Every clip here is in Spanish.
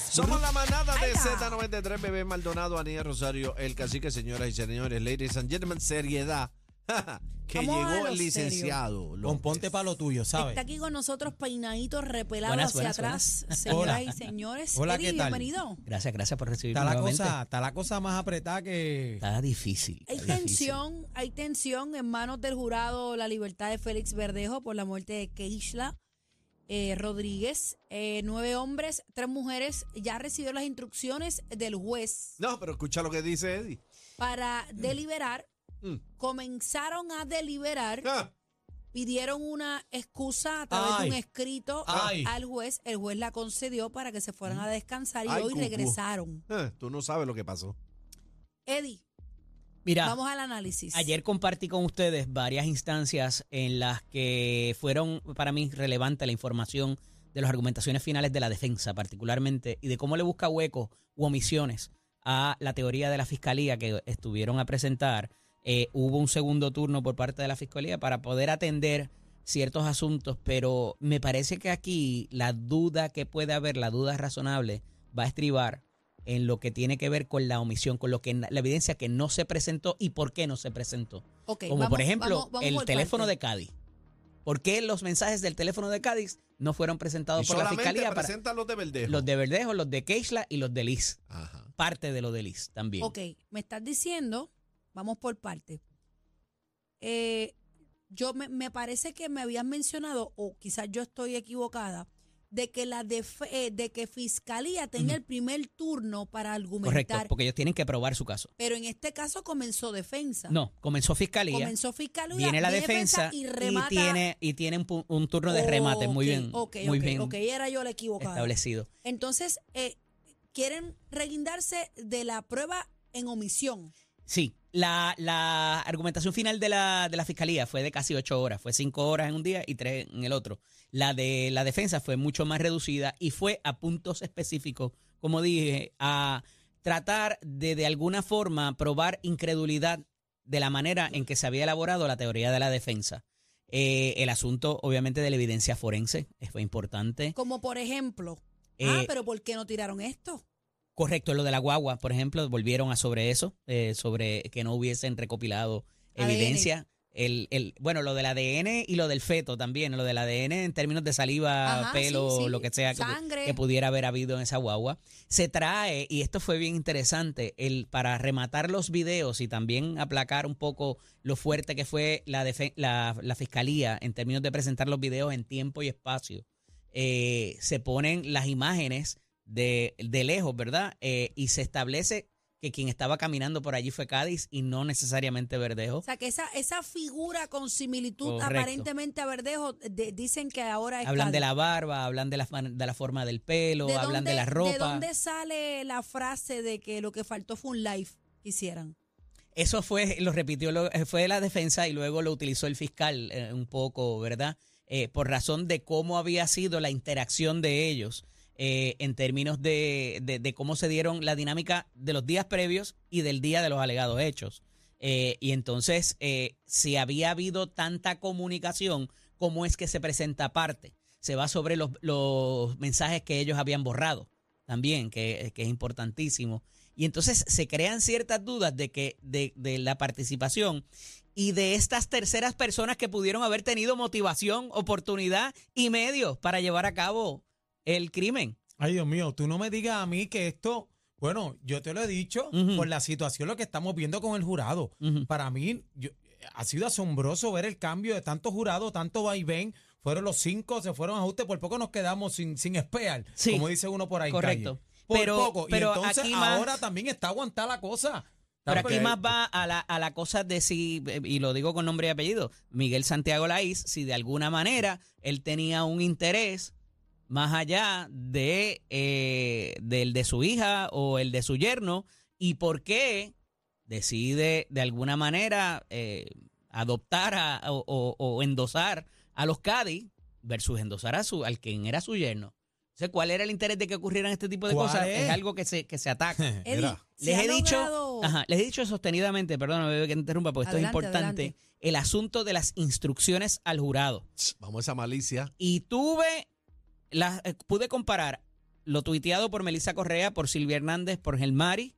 Somos la manada de Z93, bebé Maldonado, Anía Rosario, el cacique, señoras y señores, ladies and gentlemen, seriedad. que Vamos a llegó lo el licenciado. Con ponte para lo tuyo, ¿sabes? Está aquí con nosotros peinadito, repelado Buenas, hacia buenas, atrás, buenas. señoras Hola. y señores. Hola, Eddie, ¿qué tal? bienvenido. Gracias, gracias por recibirme Está la, nuevamente. cosa, está la cosa más apretada que... Está difícil. Hay está difícil. tensión, hay tensión en manos del jurado la libertad de Félix Verdejo por la muerte de Keishla eh, Rodríguez. Eh, nueve hombres, tres mujeres ya recibió las instrucciones del juez No, pero escucha lo que dice Eddie. para deliberar. Mm. Comenzaron a deliberar. Ah, pidieron una excusa a través de Ay. un escrito Ay. al juez. El juez la concedió para que se fueran a descansar y Ay, hoy cucú. regresaron. ah, tú no sabes lo que pasó. Eddie, Mira, vamos al análisis. ayer compartí con ustedes varias instancias en las que fueron para mí relevante la información de las argumentaciones finales de la defensa, particularmente, y de cómo le busca huecos u omisiones a la teoría de la fiscalía que estuvieron a presentar. Eh, hubo un segundo turno por parte de la fiscalía para poder atender ciertos asuntos, pero me parece que aquí la duda que puede haber, la duda razonable, va a estribar en lo que tiene que ver con la omisión, con lo que la evidencia que no se presentó y por qué no se presentó. Ok, Como vamos- por ejemplo vamos- vamos el por teléfono parte. de Cádiz. ¿Por qué los mensajes del teléfono de Cádiz no fueron presentados Y por la solamente fiscalía? Para presenta los de Verdejo. los de Verdejo, los de Keishla y los de Liz. Ajá. Parte de lo de Liz también. Ok, me estás diciendo, vamos por parte. Eh, yo me, me parece que me habías mencionado, o quizás yo estoy equivocada, de que la def- eh, de que fiscalía tenga Ujú. el primer turno para Correcto, argumentar, porque ellos tienen que probar su caso. pero en este caso comenzó defensa. No, comenzó fiscalía. Comenzó fiscalía, Viene la viene defensa, y, remata. tiene y tiene un, pu- un turno de remate muy Ok, bien, ok, muy ok, bien ok, era yo la equivocada. establecido. Entonces, eh, quieren reguindarse de la prueba en omisión. Sí, la, la argumentación final de la, de la fiscalía fue de casi ocho horas, fue cinco horas en un día y tres en el otro. La de la defensa fue mucho más reducida y fue a puntos específicos, como dije, a tratar de de alguna forma probar incredulidad de la manera en que se había elaborado la teoría de la defensa. Eh, el asunto, obviamente, de la evidencia forense eh, fue importante. Como por ejemplo, ah, Eh, pero ¿por qué no tiraron esto? Correcto, lo de la guagua, por ejemplo, volvieron a sobre eso, eh, sobre que no hubiesen recopilado ADN. evidencia. El, el, bueno, lo del ADN y lo del feto también, lo del ADN en términos de saliva, Ajá, ah, pelo, sí, sí, lo que sea que, pu- Sangre. que pudiera haber habido en esa guagua. Se trae, y esto fue bien interesante, el, para rematar los videos y también aplacar un poco lo fuerte que fue la, defe- la, la fiscalía en términos de presentar los videos en tiempo y espacio. eh, se ponen las imágenes de, de lejos, ¿verdad? Eh, y se establece que quien estaba caminando por allí fue Cádiz y no necesariamente Verdejo. O sea, que esa, esa figura con similitud Correcto. aparentemente a Verdejo, de- dicen que ahora es Hablan de Cádiz. la barba, hablan de la, fan- de la forma del pelo, ¿De hablan dónde- de la ropa. ¿De dónde sale la frase de que lo que faltó fue un live? Quisieran. Eso fue, lo repitió, lo- eh, fue la defensa y luego lo utilizó el fiscal eh, un poco, ¿verdad? Eh, por razón de cómo había sido la interacción de ellos eh, en términos de, de- de cómo se dieron la dinámica de los días previos y del día de los alegados hechos. Eh, y entonces, eh, si había habido tanta comunicación, ¿cómo es que se presenta aparte? Se va sobre los, los mensajes que ellos habían borrado también, que, que es importantísimo. Y entonces se crean ciertas dudas de que de, de la participación y de estas terceras personas que pudieron haber tenido motivación, oportunidad y medios para llevar a cabo el crimen. Ay, Dios mío, tú no me digas a mí que esto... Bueno, yo te lo he dicho Ujú. por la situación, lo que estamos viendo con el jurado. Ujú. Para mí yo- ha sido asombroso ver el cambio de tantos jurados, tanto vaivén. Fueron los cinco, se fueron a ajuste, por poco nos quedamos sin, sin espear, Sí. como dice uno por ahí. en Correcto. calle. Por Pero- poco. pero y entonces aquí más- ahora también está aguantada la cosa. Pero aquí Está- más va a la, a la cosa de si, y lo digo con nombre y apellido, Miguel Santiago Laís, si de alguna manera él tenía un interés más allá de eh, del de su hija o el de su yerno, y por qué decide de alguna manera eh, adoptar a- o, o- o endosar a los Cádiz versus endosar a su, al quien era su yerno. O sea, ¿cuál era el interés de que ocurrieran este tipo de ¿Cuál cosas? es? Es algo que se, que se ataca. Eddie, Mira. ¿se Les ha he dicho, logrado- ajá, les he dicho sostenidamente, perdón, bebé que te interrumpa, porque Adelante, esto es importante, adelante. el asunto de las instrucciones al jurado. Vamos a esa malicia. Y tuve, las eh, pude comparar lo tuiteado por Melissa Correa, por Silvia Hernández, por Gelmari,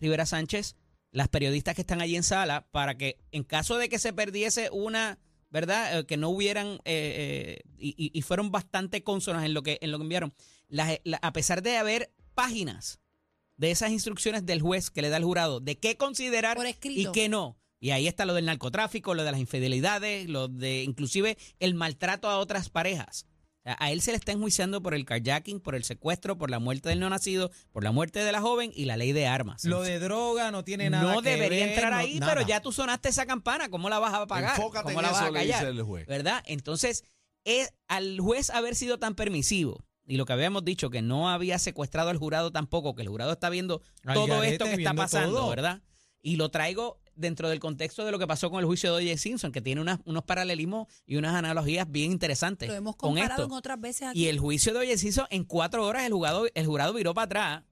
Rivera Sánchez, las periodistas que están allí en sala, para que en caso de que se perdiese una, ¿verdad? Eh, que no hubieran, eh, eh, y, y- y fueron bastante consonas en lo que, en lo que enviaron, Las- eh, la- a pesar de haber páginas de esas instrucciones del juez que le da al jurado de qué considerar Por escrito. y qué no. Y ahí está lo del narcotráfico, lo de las infidelidades, lo de inclusive el maltrato a otras parejas. A a él se le está enjuiciando por el carjacking, por el secuestro, por la muerte del no nacido, por la muerte de la joven y la ley de armas. Lo de droga no tiene nada no que debería ver, entrar no- ahí, nada. pero ya tú sonaste esa campana, ¿cómo la vas a apagar? Enfócate ¿Cómo en la vas eso, a le dice callar? el juez. ¿verdad? Entonces, es, al juez haber sido tan permisivo y lo que habíamos dicho, que no había secuestrado al jurado tampoco, que el jurado está viendo Al todo garete, esto que está viendo pasando, todo. ¿verdad? Y lo traigo dentro del contexto de lo que pasó con el juicio de O.J. Simpson, que tiene unas- unos paralelismos y unas analogías bien interesantes Lo hemos con comparado esto. en otras veces aquí. Y el juicio de O.J. Simpson, en cuatro horas el, jugado- el jurado viró para atrás,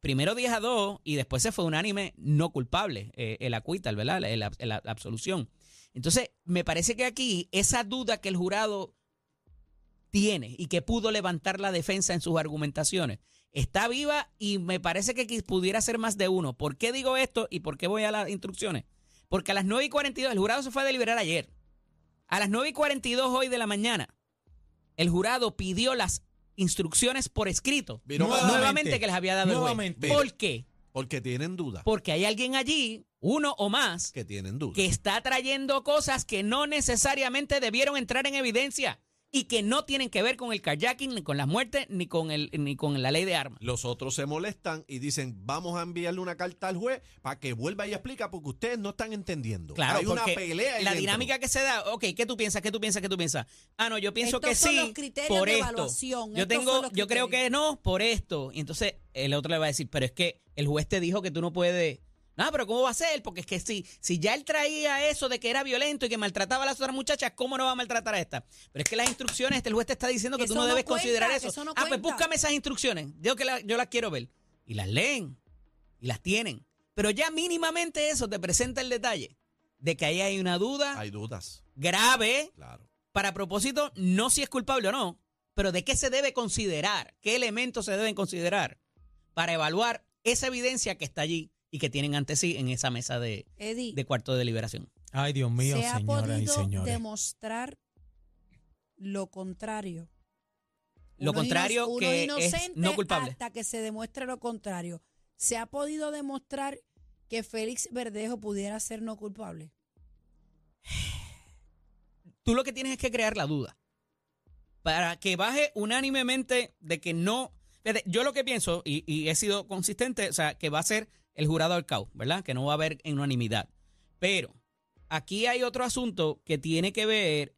primero 10 a 2 y después se fue unánime no culpable, eh, el acquittal, ¿verdad? La, la- la absolución. Entonces, me parece que aquí esa duda que el jurado tiene y que pudo levantar la defensa en sus argumentaciones está viva y me parece que qui- pudiera ser más de uno. ¿Por qué digo esto y por qué voy a las instrucciones? Porque a las 9 y 42, el jurado se fue a deliberar ayer. A las 9 y 42 hoy de la mañana, el jurado pidió las instrucciones por escrito. Viró para nuevamente, nuevamente que les había dado Nuevamente. el juez. ¿Por qué? Porque tienen dudas. Porque hay alguien allí, uno o más, Que tienen dudas. que está trayendo cosas que no necesariamente debieron entrar en evidencia y que no tienen que ver con el kayaking, ni con las muertes, ni con, el, ni con la ley de armas. Los otros se molestan y dicen, vamos a enviarle una carta al juez para que vuelva y explica porque ustedes no están entendiendo. Claro, Hay una porque pelea. ahí la dentro. dinámica que se da, ok, ¿qué tú piensas? ¿Qué tú piensas? ¿Qué tú piensas? Ah, no, yo pienso Estos que son sí. los criterios por de esto. evaluación. Yo Estos son tengo, los yo creo criterios. que no, por esto. Y entonces el otro le va a decir, pero es que el juez te dijo que tú no puedes. No, pero ¿cómo va a ser? Porque es que si, si ya él traía eso de que era violento y que maltrataba a las otras muchachas, ¿cómo no va a maltratar a esta? Pero es que las instrucciones, el juez te está diciendo que, Que tú eso no no debes cuenta, considerar que eso. eso no ah, pues cuenta. búscame esas instrucciones. Yo, que la- yo las quiero ver. Y las leen. Y las tienen. Pero ya mínimamente eso te presenta el detalle de que ahí hay una duda Hay dudas, grave claro. para propósito, no si es culpable o no, pero de qué se debe considerar, qué elementos se deben considerar para evaluar esa evidencia que está allí y que tienen ante sí en esa mesa de, Eddie, de cuarto de liberación. Ay, Dios mío, se ha señoras y podido señores. demostrar lo contrario. Uno Lo es contrario ino- uno que es inocente no culpable. Hasta que se demuestre lo contrario. ¿Se ha podido demostrar que Félix Verdejo pudiera ser no culpable? Tú lo que tienes es que crear la duda para que baje unánimemente de que no... Fíjate, yo lo que pienso, y, y he sido consistente, o sea, que va a ser el jurado al caos, ¿verdad? Que no va a haber unanimidad. Pero aquí hay otro asunto que tiene que ver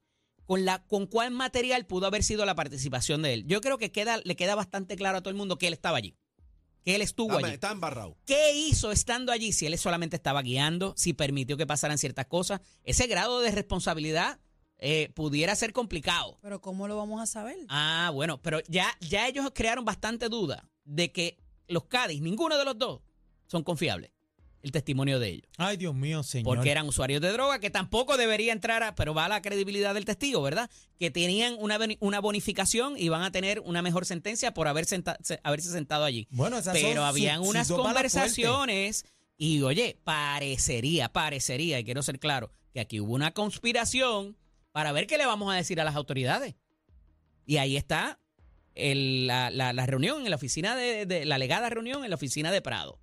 con la con cuál material pudo haber sido la participación de él. Yo creo que queda, le queda bastante claro a todo el mundo que él estaba allí, que él estuvo Está, allí. está embarrado. ¿Qué hizo estando allí si él solamente estaba guiando, si permitió que pasaran ciertas cosas? Ese grado de responsabilidad eh, pudiera ser complicado. Pero ¿cómo lo vamos a saber? Ah, bueno, pero ya, ya ellos crearon bastante duda de que los Cádiz, ninguno de los dos, son confiables. El testimonio de ellos. Ay, Dios mío, señor. Porque eran usuarios de droga que tampoco debería entrar, a- pero va a la credibilidad del testigo, ¿verdad? Que tenían una, boni- una bonificación y van a tener una mejor sentencia por haber senta- se- haberse sentado allí. bueno, esas son Pero sus- habían sus unas dos balas conversaciones y, oye, parecería, parecería, y quiero ser claro, que aquí hubo una conspiración para ver qué le vamos a decir a las autoridades. Y ahí está el- la, la- la reunión en la oficina de, de- la legada reunión en la oficina de Prado.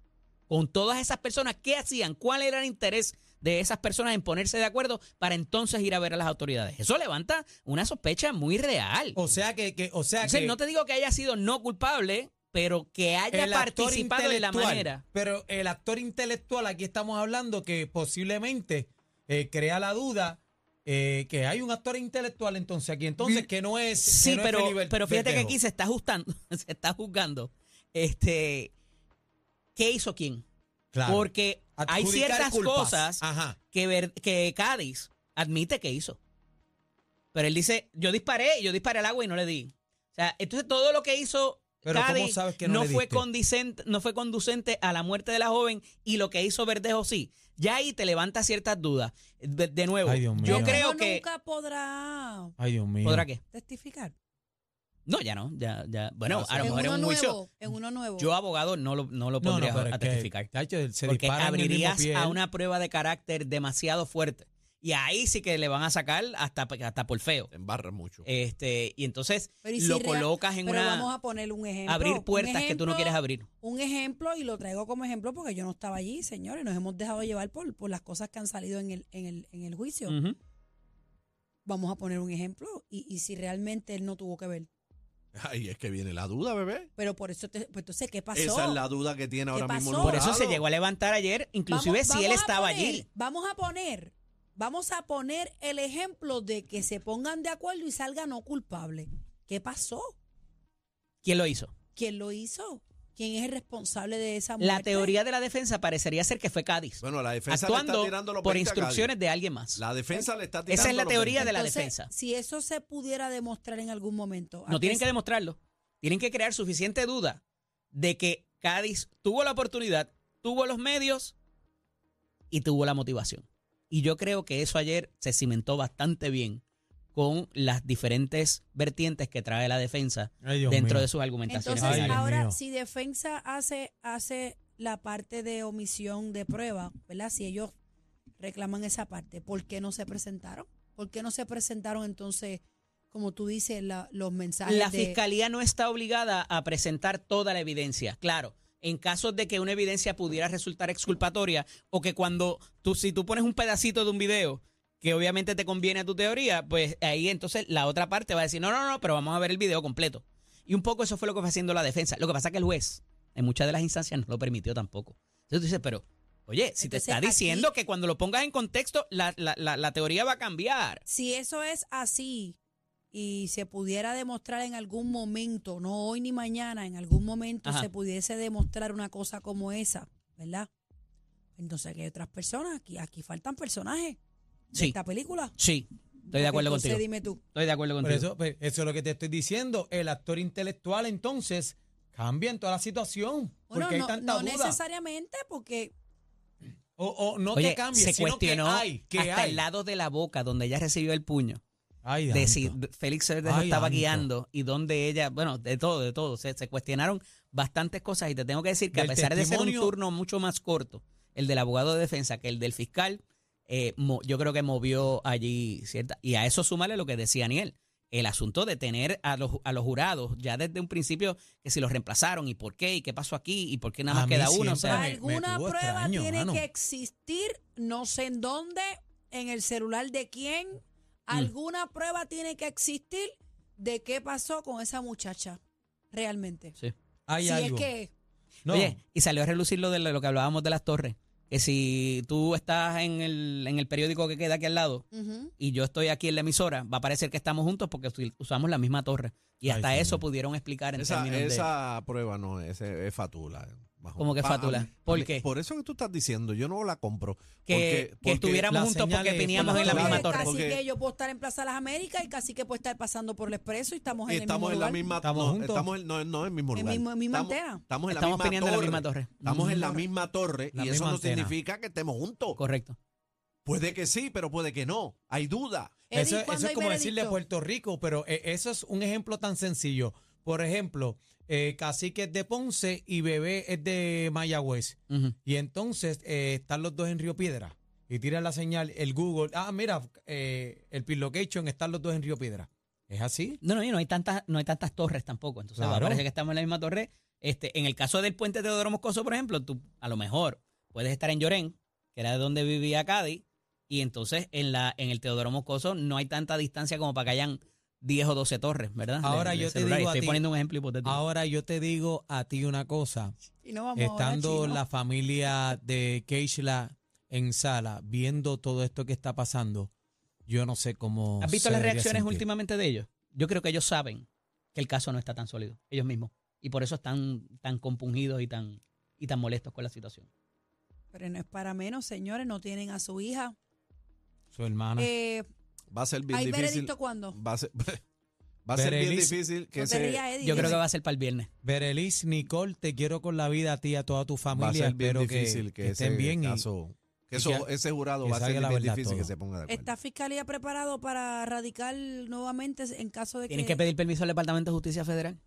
Con todas esas personas, ¿qué hacían? ¿Cuál era el interés de esas personas en ponerse de acuerdo para entonces ir a ver a las autoridades? Eso levanta una sospecha muy real. fuertes. O sea que, que- o sea Entonces, que no te digo que haya sido no culpable, pero que haya el actor participado de la intelectual, manera. Pero el actor intelectual, aquí estamos hablando que posiblemente eh, crea la duda eh, que hay un actor intelectual entonces aquí, entonces que no es. que Sí, no es pero, Felipe pero fíjate que Verdejo. aquí se está ajustando, se está juzgando. Este, ¿Qué hizo quién? Claro. Porque hay Adjudicar ciertas culpas. Ah. cosas Ajá. que, Ver- que Cádiz admite que hizo. Pero él dice, yo disparé, yo disparé al agua y no le di. O sea, entonces todo lo que hizo Pero ¿cómo Cádiz sabes que no le fue diste? condicente- no fue conducente a la muerte de la joven y lo que hizo Verdejo sí. Ya ahí te levanta ciertas dudas. De, de nuevo, Ay, Dios mío. yo creo Verdejo que... nunca podrá Ay, Dios mío. ¿Podrá qué? testificar. No, ya no, ya, ya. Bueno, No, a lo en mejor en uno un juicio. nuevo, en uno nuevo. Yo, abogado, no lo, no lo No, no, pondría pero es a que, testificar. tacho, se porque disparan en el mismo abrirías pie. ¿eh? a una prueba de carácter demasiado fuerte. Y ahí sí que le van a sacar hasta, hasta por feo. Te embarra mucho. Este, y entonces Pero ¿y si lo rea- colocas en pero vamos una. a poner un ejemplo. Abrir un puertas que tú no ejemplo- quieres abrir. Un ejemplo, y lo traigo como ejemplo porque yo no estaba allí, señores. Nos hemos dejado llevar por, por las cosas que han salido en el, en el, en el juicio. Ujú. Vamos a poner un ejemplo. Y, y si realmente él no tuvo que ver. Ay, es que viene la duda, bebé. Pero por eso, te- pues entonces, ¿qué pasó? Esa es la duda que tiene ahora mismo el pasó? Por eso se jurado. llegó a levantar ayer, Oh, Vamos- inclusive si vamos él a estaba poner- allí. Vamos a poner, vamos a poner el ejemplo de que se pongan de acuerdo y salga no culpable. ¿Qué pasó? ¿Quién lo hizo? ¿Quién lo hizo? ¿Quién es el responsable de esa muerte? La teoría de la defensa parecería ser que fue Cádiz, Bueno, la defensa le actuando está tirando los por peitos a Cádiz. instrucciones de alguien más. La defensa le está tirando Esa es la los teoría peitos. de la Entonces, defensa. Si eso se pudiera demostrar en algún momento. ¿a No tienen qué que se- demostrarlo. Tienen que crear suficiente duda de que Cádiz tuvo la oportunidad, tuvo los medios y tuvo la motivación. Y yo creo que eso ayer se cimentó bastante bien con las diferentes vertientes que trae la defensa Ay, Dios dentro mío. de sus argumentaciones. Entonces, Ay, finales. Dios ahora, mío. si defensa hace, hace la parte de omisión de prueba, ¿verdad? Si ellos reclaman esa parte, ¿por qué no se presentaron? ¿Por qué no se presentaron entonces, como tú dices, la- los mensajes? La de- fiscalía no está obligada a presentar toda la evidencia, claro. En caso de que una evidencia pudiera resultar exculpatoria o que cuando tú, si tú pones un pedacito de un video que obviamente te conviene a tu teoría, pues ahí entonces la otra parte va a decir, no, no, no, pero vamos a ver el video completo. Y un poco eso fue lo que fue haciendo la defensa. Lo que pasa es que el juez en muchas de las instancias no lo permitió tampoco. Entonces tú dices, pero oye, si te Entonces, está aquí- diciendo que cuando lo pongas en contexto la- la- la- la teoría va a cambiar. Si eso es así y se pudiera demostrar en algún momento, no hoy ni mañana, en algún momento Ajá. se pudiese demostrar una cosa como esa, ¿verdad? Entonces aquí hay otras personas, aquí, aquí faltan personajes de Sí. esta película. Sí, estoy de acuerdo entonces, contigo. dime tú. Estoy de acuerdo Por contigo. eso, pues, eso es lo que te estoy diciendo. El actor intelectual entonces cambia en toda la situación. Bueno, porque no, hay tanta no duda. necesariamente porque O, o no Oye, te cambies, se sino cuestionó que hay, que hasta hay. el lado de la boca donde ella recibió el puño. Ay, De si santo. Félix Cerdes lo Ay, estaba Anto. guiando y donde ella, bueno, de todo, de todo. Se, se cuestionaron bastantes cosas y te tengo que decir que a Del pesar de ser un testimonio- turno mucho más corto, el del abogado de defensa que el del fiscal, eh, mo- yo creo que movió allí, ¿cierta? Y a eso súmale lo que decía Aniel. El asunto de tener a los, a los jurados ya desde un principio que si los reemplazaron y por qué y qué pasó aquí y por qué nada A más mí queda uno. O siempre sea, me- alguna tuvo prueba extraño, tiene mano. que existir, no sé en dónde, en el celular de quién, Mm. alguna prueba tiene que existir de qué pasó con esa muchacha realmente. Hay si algo. es que No, Oye, y salió a relucir lo de lo que hablábamos de las torres. Que si tú estás en el, en el periódico que queda aquí al lado ujú, y yo estoy aquí en la emisora, va a parecer que estamos juntos porque usi- usamos la misma torre. Y Ay, hasta señor. eso pudieron explicar en Esa, términos de... esa prueba no, ese es fatula. Bajo- ¿Cómo que Pa- fatula? a mí- ¿Por a mí- qué? Por eso que tú estás diciendo, yo no la compro. Que, porque- que porque estuviéramos las juntos porque señales- teníamos porque en la Claro, misma casi torre. porque- que yo puedo estar en Plaza de las Américas y casi que puedo estar pasando por el expreso y estamos en Estamos el en la mismo misma Estamos no, juntos. Estamos en, no, no, en el mismo En lugar. mismo- misma estamos, antena. estamos en la Estamos misma peleando en torre. la misma torre. Estamos en la Mm, misma torre La y eso misma no antena. significa que estemos juntos. Correcto. Puede que sí, pero puede que no. Hay duda. lugar. Eso, Eddie, ¿cuándo eso es hay como decirle pues, veredicto? Puerto Rico, pero eh, eso es un ejemplo tan sencillo. Por ejemplo, eh, Cacique es de Ponce y Bebé es de Mayagüez. Ujú. Y entonces eh, están los dos en Río Piedra. Y tira la señal, el Google, ah, mira, eh, el pin location están los dos en Río Piedra. ¿Es así? No, no, y no hay tantas, no hay tantas torres tampoco. Entonces Claro. parece que estamos en la misma torre. Este, en el caso del puente Teodoro Moscoso, por ejemplo, tú a lo mejor puedes estar en Llorén, que era de donde vivía Cádiz, y entonces en la, en el Teodoro Moscoso no hay tanta distancia como para que hayan 10 o 12 torres, ¿verdad? Ahora del yo te celular. digo a Estoy ti- poniendo un ejemplo hipotético. Ahora yo te digo a ti una cosa. Y no vamos a hablar Estando chino. la familia de Keishla en sala, viendo todo esto que está pasando, yo no sé cómo. ¿Has visto se las debería reacciones sentir. últimamente de ellos? Yo creo que ellos saben que el caso no está tan sólido, ellos mismos. Y por eso están tan compungidos y tan, y tan molestos con la situación. Pero no es para menos, señores, no tienen a su hija. Su hermana. Eh, Va a ser bien ¿Hay difícil. veredicto cuándo? Va a ser, va a ser bien Berenice. difícil que No te se. rías, Eddie, Yo que creo sí. que va a ser para el viernes. Bereliz, Nicole, te quiero con la vida a ti y a toda tu Va a familia. ser bien Espero que, difícil que, que estén ese bien y caso Que Y eso, que- ese jurado que va a ser salga la bien verdad difícil que todo. se ponga de acuerdo. ¿Está Fiscalía preparado para radicar nuevamente en caso de Tienen que pedir permiso al Departamento de Justicia Federal.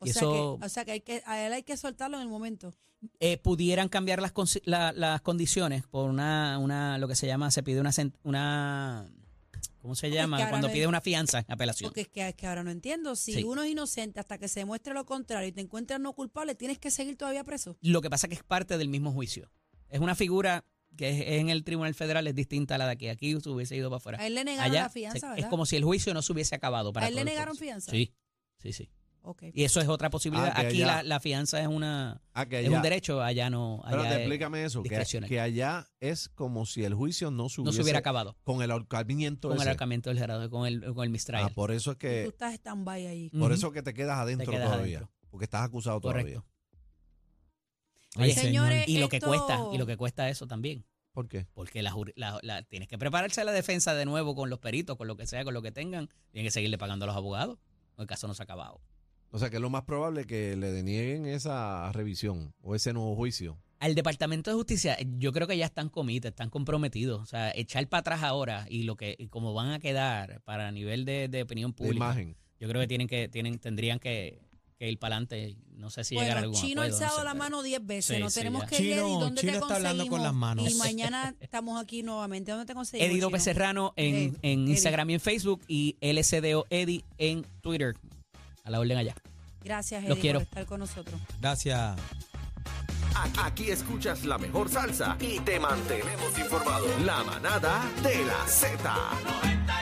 o y sea eso- que, o sea que, hay que a él hay que soltarlo en el momento. eh, pudieran cambiar las, consi- la- las condiciones por una, una, lo que se llama, se pide una, sen- una ¿cómo se es llama? que ahora Cuando no pide es- una fianza en apelación. Porque es que, es que ahora no entiendo. Si Sí. uno es inocente hasta que se demuestre lo contrario y te encuentras no culpable, tienes que seguir todavía preso. Lo que pasa es que es parte del mismo juicio. Es una figura que es, es en el Tribunal Federal, es distinta a la de aquí. Aquí se hubiese ido para afuera. A él le negaron Allá la fianza, se- ¿verdad? es como si el juicio no se hubiese acabado. Para a él le todo el negaron juicio. fianza. Sí, sí, sí. Ok. Y eso es otra posibilidad. Ah, que aquí allá- la, la fianza es una Ah, que es un allá- derecho, allá no. Allá Espérate, es- explícame eso. Que, discrecional. que allá es como si el juicio no se no hubiese, se hubiera acabado con el ahorcamiento con el ese. arcamiento del gerado, con el, con el Mistral. Ah, por eso es Tú que, estás stand-by ahí. por Ujú. eso que te quedas adentro quedas todavía. adentro. Porque estás acusado todavía. Correcto. Ay, Oye, Señores, y lo que esto- cuesta, y lo que cuesta eso también. ¿Por qué? Porque la, jur- la- la- tienes que prepararse a la defensa de nuevo con los peritos, con lo que sea, con lo que tengan. Tienen que seguirle pagando a los abogados. El caso no se ha acabado. O sea, que es lo más probable que le denieguen esa revisión o ese nuevo juicio. Al Departamento de Justicia, eh, yo creo que ya están comites, están comprometidos. O sea, echar para atrás ahora y lo que y como van a quedar para nivel de, de opinión La pública, imagen. yo creo que tienen que tienen tendrían que, que ir para adelante. No sé si llegar a bueno, algún Chino ha acuerdo, no alzado sé, la pero- mano 10 veces. Sí, no sí, tenemos ya. que ir, Chino- Eddie, ¿dónde Chino te está hablando con conseguimos? las manos. Y mañana estamos aquí nuevamente. ¿Dónde te conseguimos? Eddie López Chino? Serrano en, Sí, en Eddie. Instagram y en Facebook y LCDO Eddie en Twitter. A la orden allá. Gracias, Los Eddie, quiero. por estar con nosotros. Gracias. Aquí, aquí escuchas la mejor salsa y te mantenemos informado. La manada de la Z.